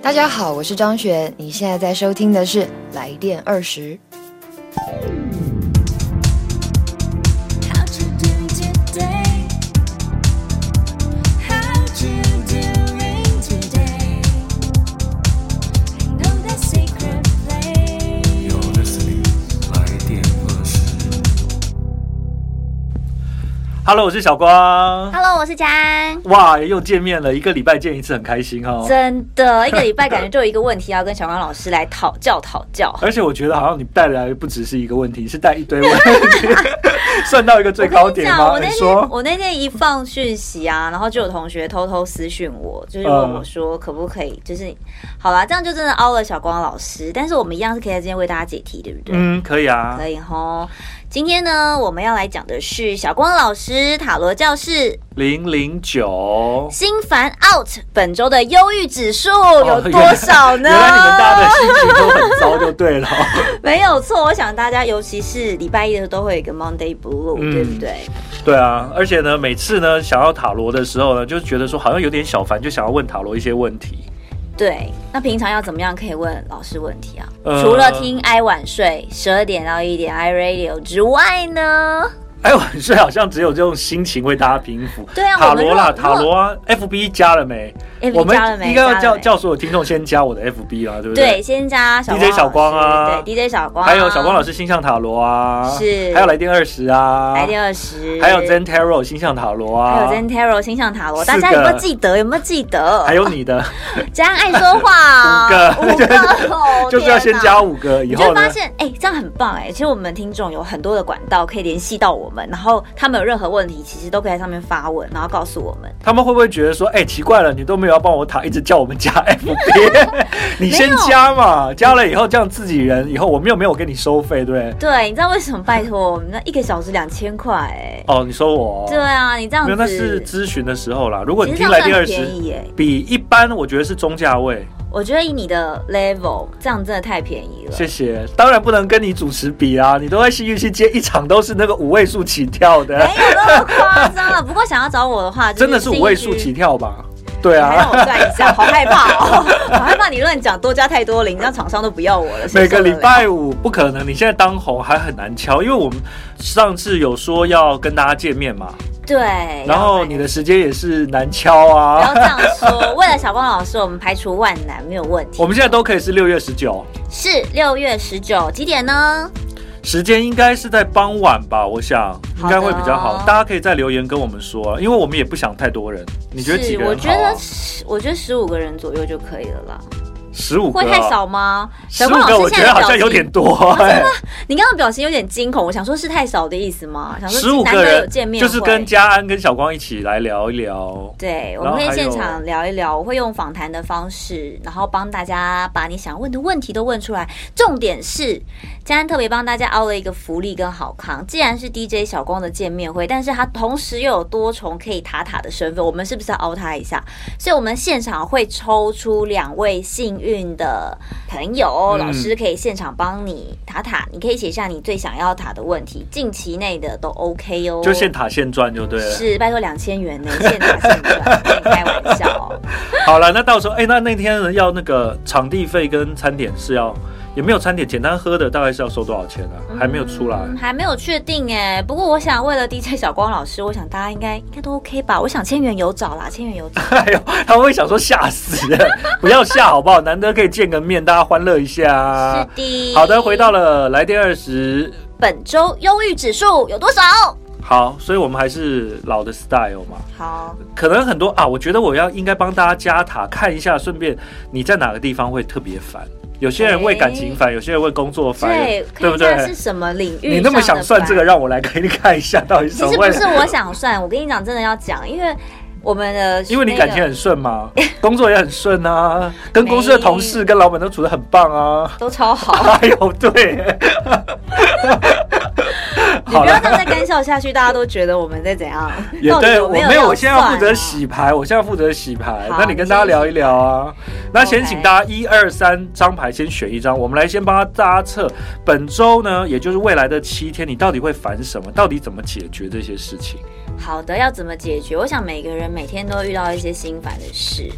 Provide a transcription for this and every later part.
大家好，我是张璇，你现在在收听的是《来电二十》。 How'd you do today? How'd you doing today? I know that secret place. You're listening，来电二十。Hello，我是小光。 Hello，我是佳安。哇，又见面了，一个礼拜见一次，很开心哦。真的，一个礼拜感觉就有一个问题要跟小光老师来讨教讨教。而且我觉得好像你带来不只是一个问题，是带一堆问题， 算到一个 最高点吗？我跟你你讲，我那天说，我那天一放讯息啊，然后就有同学偷偷私讯我，就是问嗯我说可不可以，就是好啦，这样就真的凹了小光老师。但是我们一样是可以在今天为大家解题，对不对？嗯，可以啊可。以吼。今天呢，我们要来讲的是小光老师塔罗教室零零九，心烦 out 本周的忧郁指数有哦原多少呢？原来你们大家的心情都很糟，就对了。哦没有错，我想大家尤其是礼拜一的时候都会有一个 Monday Blue，、嗯对不对？对啊，而且呢，每次呢想要塔罗的时候呢，就觉得说好像有点小烦，就想要问塔罗一些问题。对，那平常要怎么样可以问老师问题啊？呃除了听 I 晚睡十二点到一点 I Radio 之外呢？哎，晚睡好像只有这种心情为大家平复。对啊塔我们罗如啦，果塔罗啊，FB 加了没？哎，我你加了们没？应该加要了叫没叫所有听众先加我的 FB 啦，对不对？对，先加小 DJ 老小光啊师对 DJ 小光，还有小光老师星象塔罗啊，是还有来电二十啊，来电二十，还有 Zen Tarot 星象塔罗啊，还有 Zen Tarot 星象塔罗，四个大家有没有记得？有没有记得？还有你的，这样爱说话啊五个五个哦 就是要先天哪加五个，以你就后会呢发，现，哎、这样很棒哎、其实我们听众有很多的管道可以联系到我们，然后他们有任何问题，其实都可以在上面发问，然后告诉我们。他们会不会觉得说，哎，奇怪了，你都没有要帮我塔，一直叫我们加 FB，你先加嘛，加了以后这样自己人，以后我们又没有给你收费，对不对？对，你知道为什么？拜托，我们那一个小时两千块哎。哦，你说我哦，对啊，你这样没子有，，那是咨询的时候啦。如果你其实听这来样第算二很十便，宜哎、比一般我觉得是中价位。我觉得以你的 level，这样真的太便宜了。谢谢，当然不能跟你主持比啊，你都在戏剧系接一场都是那个五位数起跳的没，有那么夸 张了，不过想要找我的话，就真的是五位数起信义区，跳吧？对还让啊，我算一下，好害 怕哦，好害怕你乱讲，多加太多零，让厂商都不要我了。谁每个受得礼了拜五不可能，你现在当红还很难敲，因为我们上次有说要跟大家见面嘛，对，然后买你的时间也是难敲不啊要。这样说。为了小光老师，我们排除万难，没有问题。我们现在都可以是六月十九，是六月十九几点呢？时间应该是在傍晚吧，我想应该会比较好。好的大家可以在留言跟我们说啊，因为我们也不想太多人。你觉得几是，个我人觉好啊？得十，我觉得十五个人左右就可以了啦。十五个会啊太，少吗？十小五光个老我师觉现在得的好表像情，有点多、哦哎。你刚刚表情有点惊恐，我想说是太少的意思吗？想说十五难个得有人见面就是会跟。嘉安跟小光一起来聊一聊。对，我然们后可以还有现场聊一聊，我会用访谈的方式，然后帮大家把你想问的问题都问出来。重点是，今天特别帮大家凹了一个福利跟好康，既然是 DJ 小光的见面会，但是他同时又有多重可以塔塔的身份，我们是不是要凹他一下？所以我们现场会抽出两位幸运的朋友，嗯老师可以现场帮你塔塔，你可以写下你最想要塔的问题，近期内的都 OK 哦。就现塔现赚就对了。是，拜托两千元呢，现打现赚，跟你开玩笑哦、 好了，那到时候哎、那那天要那个场地费跟餐点是要也没有餐点，简单喝的大概是要收多少钱啊？还没有出来。嗯还没有确定哎。不过我想，为了 DJ 小光老师，我想大家应该应该都 OK 吧？我想千元有找啦，千元有 找。哎呦，他们会想说吓死人，不要吓好不好？难得可以见个面，大家欢乐一下是。的。啊好的，回到了来电二十。本周忧郁指数有多少？好，所以我们还是老的 style 嘛。好，可能很多啊，我觉得我要应该帮大家加塔看一下，顺便你在哪个地方会特别烦？有些人为感情烦，有些人为工作烦，对，哎对看不一下是对？什么领域？你那么想算这个，？让我来给你看一下到底是其什么实问不题是？我想算，我跟你讲，真的要讲，因为我们的 因为你那感个情很顺嘛，工作也很顺啊，跟公司的同 事、跟老板都处得很棒啊。都超好。 哎呦， 对，你不要这样再干笑下去，大家都觉得我们在怎样？也到底对有我有没有，我现在要负责要算啊洗牌，我现在负责洗牌。好那你跟大家聊一聊啊。那先 OK 请大家一二三张牌先选一张，我们来先帮大家测本周呢，也就是未来的七天，你到底会烦什么？到底怎么解决这些事情？好的，要怎么解决？我想每个人每天都遇到一些心烦的事，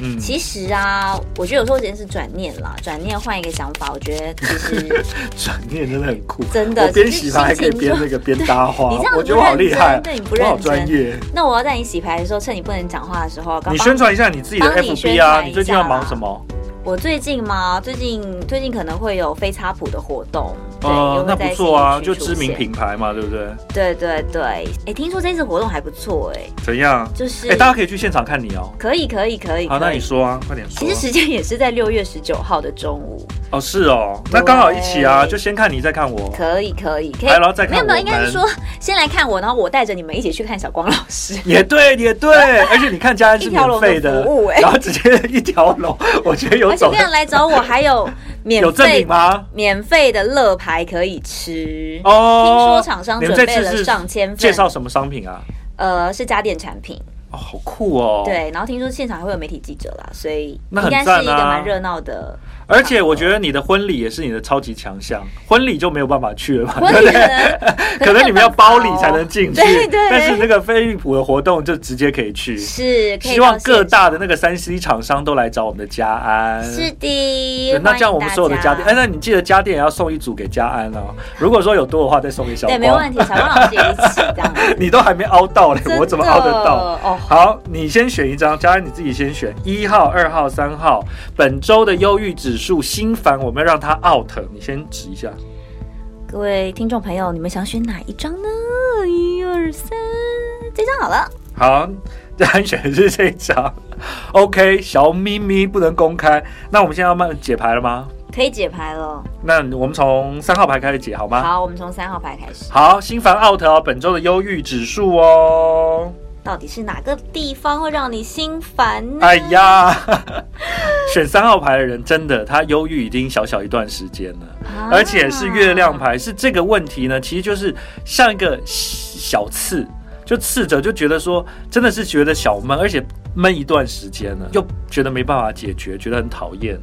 嗯其实啊，我觉得有时候真是转念啦，转念换一个想法，我觉得其 实转念真的很酷，真的我边洗牌还可以边那个边搭花，你这样我觉得我好厉害不认真对你，不我认真好专业。那我要在你洗牌的时候，趁你不能讲话的时候，啊刚你帮宣传一下你自己的帮 FB 你啊，宣传一下啦你最近要忙什么？我最近嘛，最近最近可能会有非插谱的活动，对，也呃，会那在不错啊，信义就区知出名现，品牌嘛，对不对？对对对，哎，听说这次活动还不错，哎，怎样？就是哎，大家可以去现场看你哦。可以可以可以，好，那可以你说啊，快点说其实啊。时间也是在六月十九号的中午，哦，是哦，那刚好一起啊，对就先看你，再看我。可以可以可以，来然后再看没有没有，我应该是们说先来看我，然后我带着你们一起去看小光老师。也对，也 对，而且你看家人是一条龙免费的的服务，哎然后直接一条龙， 我觉得有而且走这样来找我还 有免有赠费品吗？免费的乐牌可以吃。听哦，说厂商你准们这备次了是上千份，介绍什么商品啊？呃是家电产品，哦，好酷哦！，对，然后听说现场还会有媒体记者啦，所以那应很该赞是一个啊蛮热闹的。而且我觉得你的婚礼也是你的超级强项，婚礼就没有办法去了嘛，婚对礼不可啊对？能可能你们要包礼才能进去，对对但是那个飞利浦的活动就直接可以去。是可以希望到现各大的场那个三 C 厂商都来找我们的家安。是对的，那这样欢迎我们大所有的家电，哎，家那你记得家电也要送一组给家安哦。如果说有多的话，再送给小对光。没问题，小光老师也一起这样。你都还没凹到嘞， 我怎么凹得到？真的？哦，好，你先选一张，佳安你自己先选一号、二号、三号。本周的忧郁指数心烦，我们要让它 out，你先指一下。各位听众朋友，你们想选哪一张呢？一二三，这张好了。好，佳安选的是这一张。OK，小咪咪不能公开。那我们现在要慢解牌了吗？可以解牌了。那我们从三号牌开始解好吗？好，我们从三号牌开始，好，心烦 out 哦，本周的忧郁指数哦。到底是哪个地方会让你心烦呢？哎呀， 选三号牌的人真的，他忧郁已经小小一段时间了。啊而且是月亮。牌，是这个问题呢，其实就是像一个小刺，就刺着就觉得说，真的是觉得小闷，而且闷一段时间了，又觉得没办法解决，觉得很讨厌，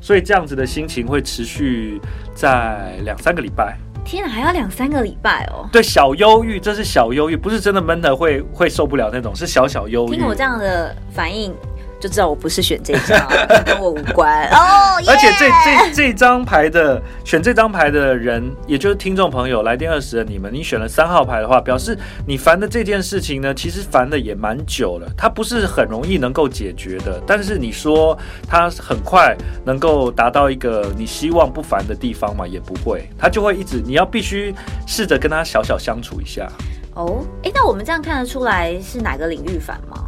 所以这样子的心情会持续在两三个礼拜。天哪，还要两三个礼拜哦。对，小忧郁，这是小忧郁，不是真的闷的会会受不了那种，是小小忧郁听。我这样的反应，就知道我不是选这 张，跟我无关哦。耶而且这这这张牌的选这张牌的人，也就是听众朋友来电二十的你们，你选了三号牌的话，表示你烦的这件事情呢，其实烦的也蛮久了，它不是很容易能够解决的。但是你说它很快能够达到一个你希望不烦的地方嘛，也不会，它就会一直你要必须试着跟它小小相处一下。哦，哎，那我们这样看得出来是哪个领域烦吗？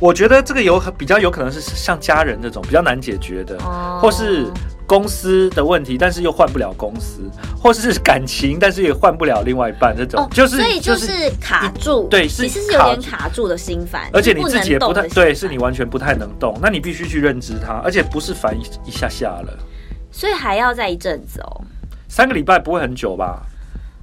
我觉得这个有比较有可能是像家人这种比较难解决的，哦或是公司的问题，但是又换不了公司，或是感情，但是也换不了另外一半这种，哦，就是所以就是卡住，对是其实是有点卡卡住的心烦，而且是你不自己也能不动太的心对，烦是你完全不太能动，那你必须去认知它，而且不是烦一下下了，所以还要再一阵子哦。三个礼拜不会很久吧？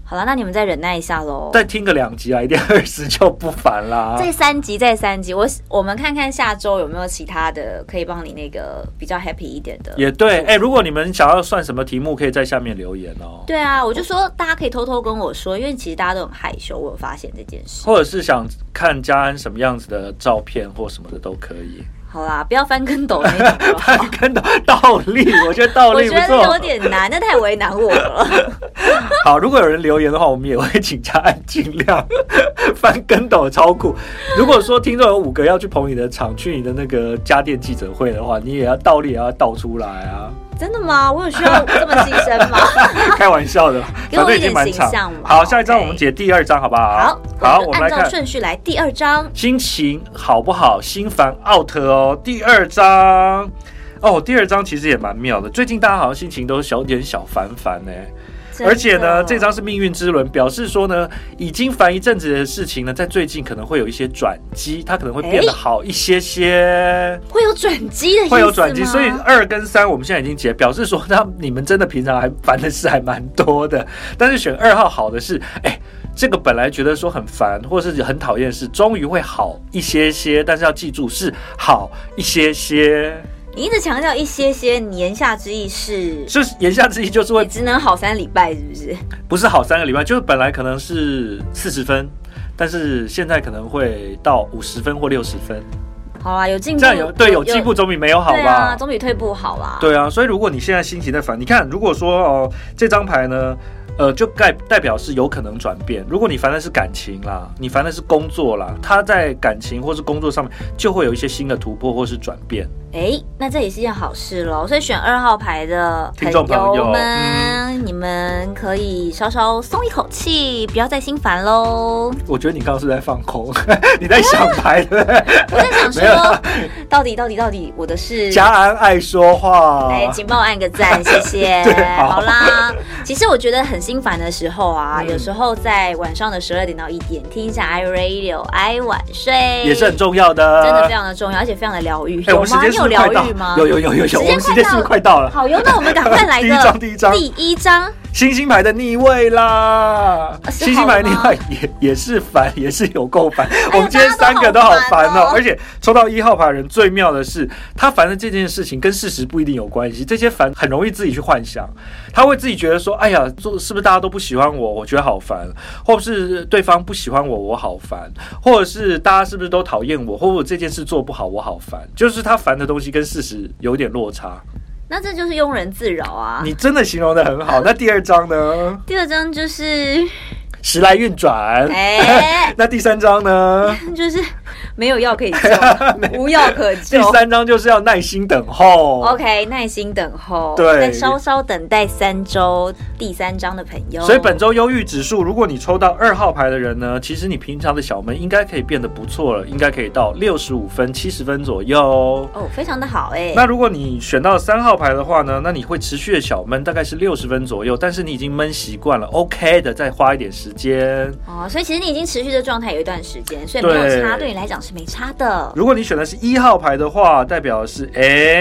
好了，那你们再忍耐一下喽。再听个两集啊，一定二十就不烦啦。哦 再三集，再三集，我我们看看下周有没有其他的可以帮你那个比较 happy 一点的。也对，哎、如果你们想要算什么题目，可以在下面留言哦。对啊，我就说大家可以偷偷跟我说，因为其实大家都很害羞，我有发现这件事。或者是想看家安什么样子的照片或什么的都可以。好啦，不要翻跟斗那种好 不好。看到倒 立，我觉得倒我立觉不得那有错。点难，那太为难我了。 好，如果有人留言的话，我们也会请家安 尽量翻跟斗超酷。如果说听众有五个要去捧你的场，去你的那个家电记者会的话，你也要倒立，也要倒出来啊！真的吗？我有需要这么牺牲吗？开玩笑 的啦，给我反正已一点经蛮形长象嘛好，下一张 OK 我们解第二张，好不好好？，好，就我们来按照看顺序来。第二章，心情好不好？心烦 out 哦。第二章哦，第二章其实也蛮妙的。最近大家好像心情都小有点小烦烦欸呢、真的而且呢，这张是命运之轮，表示说呢，已经烦一阵子的事情呢，在最近可能会有一些转机，它可能会变得哎好一些些，会有转机的意思吗，会有转机。所以二跟三我们现在已经解，表示说，那你们真的平常还烦的事还蛮多的。但是选二号好的是，哎。这个本来觉得说很烦，或是哎很讨厌的事，终于会好一些些，但是要记住是好一些些，你一直强调一些些，你言下之意是就是言下之意就是会你只能好三礼拜，是不是？不是好三个礼拜，就是本来可能是四十分，但是现在可能会到五十分或六十分，好啊嗯啦，有进步，这样有对有进步总比没有好对啊，吧？总比退步好啦。对啊，所以如果你现在心情在烦，你看，如果说哦这张牌呢，呃，就代代表是有可能转变。如果你烦的是感情啦，你烦的是工作啦，他在感情或是工作上面就会有一些新的突破或是转变。哎，那这也是件好事喽。所以选二号牌的听众朋友嗯们，你们可以稍稍松一口气，不要再心烦喽。我觉得你刚刚是在放空， 你在想牌 对不对？我在想 没有说，到底到底到底，我的是家安爱说话，哎，请帮我按个 赞，谢谢哦对。好好啦，其实我觉得很心烦的时候啊，嗯有时候在晚上的十二点到一点听一下 i radio i 晚睡，也是很重要的，真的非。常的重要，而且非常的疗愈。哎、我有们时吗？间你是有不是快疗到愈 吗？？有有有有有，我们时间是不是快到了？好哟，那我们赶快来第一 个张第一张第一张，星星牌的逆位啦，哦是星星好的牌逆吗哎位也也是烦，也是有够烦。我们今天大家三都个都好好烦烦哦哦，而且抽到一号牌的人最妙的是，他烦的这件事情跟事实不一定有关系，这些烦很容易自己去幻想，他会自己觉得说，哎呀，做是不是大家都不喜欢我，我觉得好烦，或是对方不喜欢我，我好烦，或者是大家是不是都讨厌我，或者我这件事做不好，我好烦，就是他烦的东西跟事实有点落差。那这就是庸人自扰啊。你真的形容的很好。那第二张呢？第二 张就是，时来运转。哎、那第三章呢？就是没有药可 以救，无药可第救。三章 就是哦要耐心等候。 OK，耐心等候，对再稍稍等待三周，第三章的朋友。所以本周忧郁指数，如果你抽到二号牌的人呢，其实你平常的小闷应该可以变得不错了，应该可以到六十五分、七十分左右。哦，非常的好哎、那如果你选到三号牌的话呢，那你会持续的小闷，大概是六十分左右，但是你已经闷习惯了，OK 的，再花一点时间。哦，所以其实你已经持续的状态有一段时间，所以没有对差，对你来讲是没差的。如果你选的是一号牌的话，代表的是哎、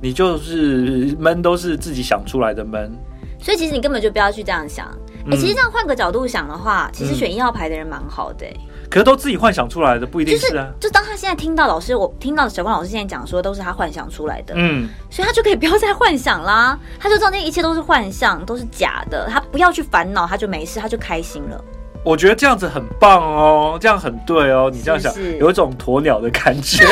你就是闷都是自己想出来的闷，所以其实你根本就不要去这样想。哎、嗯其实这样换个角度想的话，其实嗯选一号牌的人蛮好的、哎可是都自己幻想出来的，不一定就是嗯啊。就当他现在听到老师，我听到小关老师现在讲说都是他幻想出来的，嗯，所以他就可以不要再幻想啦。他就知道那一切都是幻象，都是假的，他不要去烦恼，他就没事，他就开心 了。我觉得这样子很棒哦，这样很对哦。你这样想，是不是有一种鸵鸟的感 觉，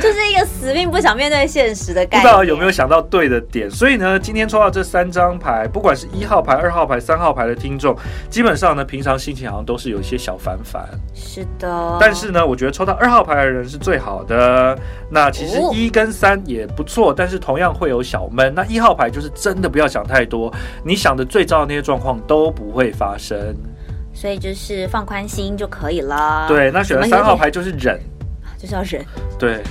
就是一个死命不想面对现实的不概知念。道有没有想到对的点。所以呢，今天抽到这三张牌，不管是一号牌、二号牌、三号牌的听众，基本上呢，平常心情好像都是有一些小烦烦。是的，但是呢，我觉得抽到二号牌的人是最好的。那其实哦一跟三也不错，但是同样会有小闷。那一号牌就是真的不要想太多，你想的最糟的那些状况都不会发生。所以就是放宽心就可以了。对，那选了啊怎么有三号点牌就是忍。就是要忍，对，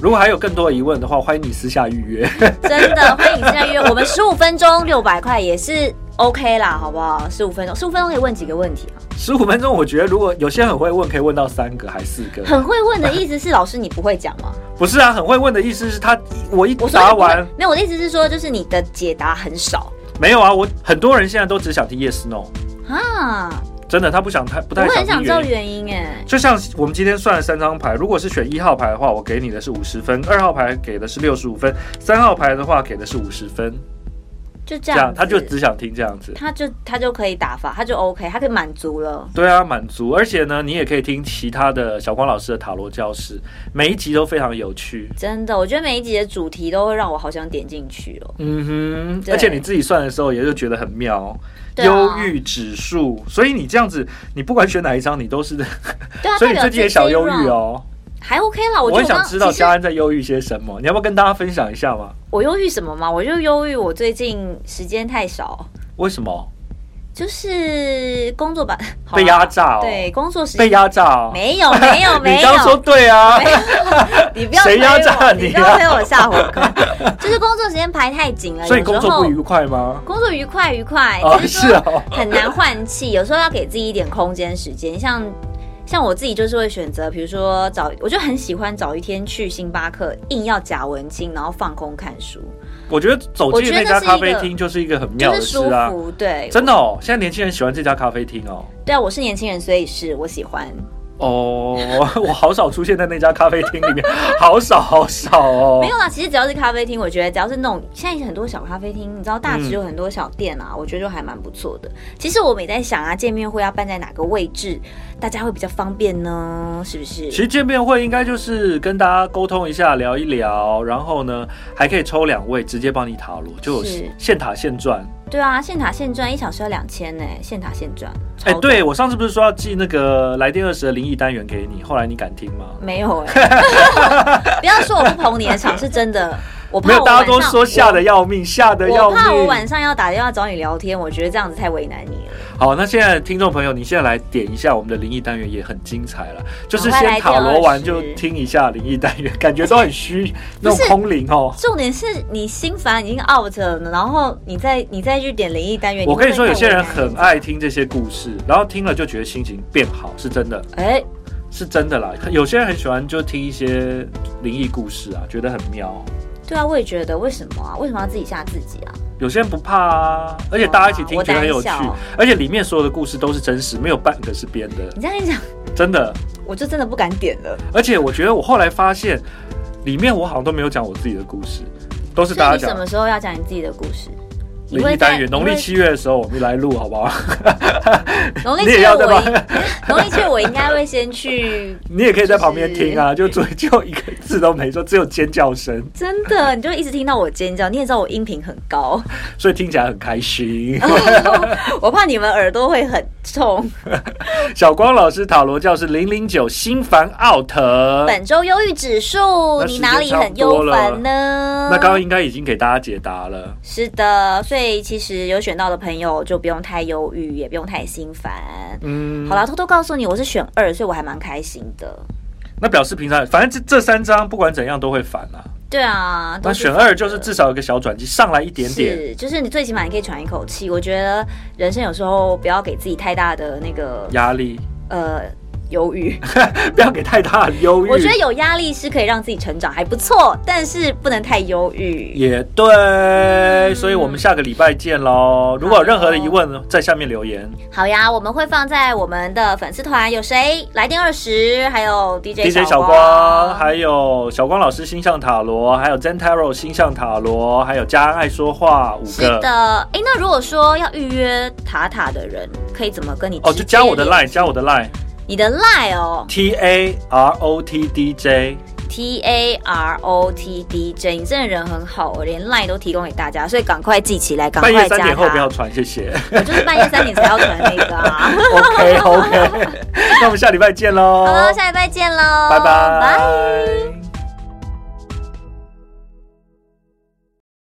如果还有更多疑问的话，欢迎你私下预约。 真的欢迎现在约我们十五分钟六百块也是 OK 啦，好不好？十五分钟，十五分钟可以问几个问题啊？十五分钟，我觉得如果有些很会问，可以问到三个还四个。很会问的意思是老师你不会讲吗？不是啊，很会问的意思是他我一我说答你不会完没有，我的意思是说就是你的解答很少没有啊，我很多人现在都只想听 yes no，啊，真的他不想太不我太很想想知道听原因。原因哎。就像我们今天算了三张牌，如果是选一号牌的话，我给你的是五十分；二号牌给的是六十五分；三号牌的话给的是五十分。就这这样样子，他就只想听这样子。他就他就可以打发，他就 OK，他可以满足了。对啊，满足。而且呢，你也可以听其他的小光老师的塔罗教室，每一集都非常有趣。真的，我觉得每一集的主题都会让我好想点进去哦。嗯哼，对而且你自己算的时候也就觉得很妙，对啊忧郁、指数，所以你这样子，你不管选哪一张，你都是， 对啊，所以你代表最近也小忧 J-Rock 郁，哦。还 OK 啦。我我觉很得我刚想知道其实嘉安在忧郁些什么，你要不要跟大家分享一下吗？我忧郁什么吗？我就忧郁我最近时间太少，为什么就是工作 吧好啦啊被压榨哦对，工作时被压榨哦？没有没有没你刚说有，对啊，你不要谁推压我榨你你不啊要推我下火 坑，就是工作时间排太紧了，所以有时工作候不愉快吗？工作愉快愉快，哦，只是说哦，很难换气，有时候要给自己一点空间时间，像。像我自己就是会选择，比如说早，我就很喜欢早一天去星巴克，硬要假文青，然后放空看书，我觉得走进那家咖啡我觉得这是一厅就是一个很妙就的是事舒啊，服。对，真的哦，现在年轻人喜欢这家咖啡厅哦。对啊，我是年轻人，所以是我喜欢。哦， 我好少出现在那家咖啡厅里 面，好少好少哦。没有啦，其实只要是咖啡厅，我觉得只要是那种现在很多小咖啡厅，你知道大直有很多小店嗯啊，我觉得就还蛮不错的。其实我们也在想啊，见面会要办在哪个位置，大家会比较方便呢？是不是？其实见面会应该就是跟大家沟通一下，聊一聊，然后呢还可以抽两位直接帮你塔罗，就有是现塔现赚。对啊，现塔现赚，一小时要两千呢，现塔现赚。哎、超对我上次不是说要寄那个来电二十的灵异单元给你，后来你敢听吗？没有哎、 不要说我不捧你的场，是真的。我怕没有，我大家晚都上说吓得要命，吓得我要命。怕我晚上要打电话找你聊天，我觉得这样子太为难你了。好，那现在听众朋友，你现在来点一下我们的灵异单元，也很精彩了。就是赶快先来塔点罗完20就听一下灵异单元，感觉都很虚，那 不种是空灵哦。重点是你心烦已经 out 了，然后你再你再去点灵异单元。我跟你会说，有些人太为难很爱听这些故事，然后听了就觉得心情变好，是真的，哎、是真的啦。有些人很喜欢就听一些灵异故事啊，觉得很妙。对啊，我也觉得为什么啊？为什么要自己吓自己啊？有些人不怕啊，而且大家一起听哇觉得很有趣我胆小，而且里面所有的故事都是真实，没有半个是编的，你这样一讲，真的。我就真的不敢点了。而且我觉得我后来发现，里面我好像都没有讲我自己的故事，都是所大以家你讲什么。时候要讲你自己的故事？你灵异会在单元，农历七月的时候我们来录，好不好？农历你七也月要在我吧应农历七月我应该会 先去，你也可以在旁边听啊，就最 就一个字都没说，只有尖叫声，真的你就一直听到我尖叫，你也知道我音频很高， 所以听起来很开心。我怕你们耳朵会很痛。啊小光老师塔罗教室零零九心烦 out。本周忧郁指数，那你时间哪里很差不多忧了烦呢？那刚刚应该已经给大家解答了。是的，所以其实有选到的朋友就不用太忧郁，也不用太心烦。嗯，好啦，偷偷告诉你，我是选二，所以我还蛮开心的。那表示平常反正这这三张不管怎样都会烦啊。对啊，那都选烦的二就是至少有个小转机，上来一点点。是，就是你最起码你可以喘一口气。我觉得人生有时候不要给自己太大的那个压力，呃 忧郁。不要给太大的忧郁。我觉得有压力是可以让自己成长，还不错，但是不能太忧郁。也对，所以我们下个礼拜见喽。如果有任何的疑问，在下面留言。好呀，我们会放在我们的粉丝团，有谁来电二十，还有 DJ DJ 小小光，还有小光老师星象塔罗，还有 Zentaro 星象塔罗，还有家安爱说话五是个。的，哎，那如果说要预约塔塔的人，可以怎么跟你？哦，就加我的 line，，加我的 line 你的 line 哦 T A R O T D J。 ，T A R O T D J，你真的人很好，我连 line 都提供给大家，所以赶快记起来，赶半夜快三加点后不要他。传，谢谢。我就是半夜三点才要传那个啊。 OK OK，那我们下礼拜见喽。好了，下礼拜见喽，拜拜。拜。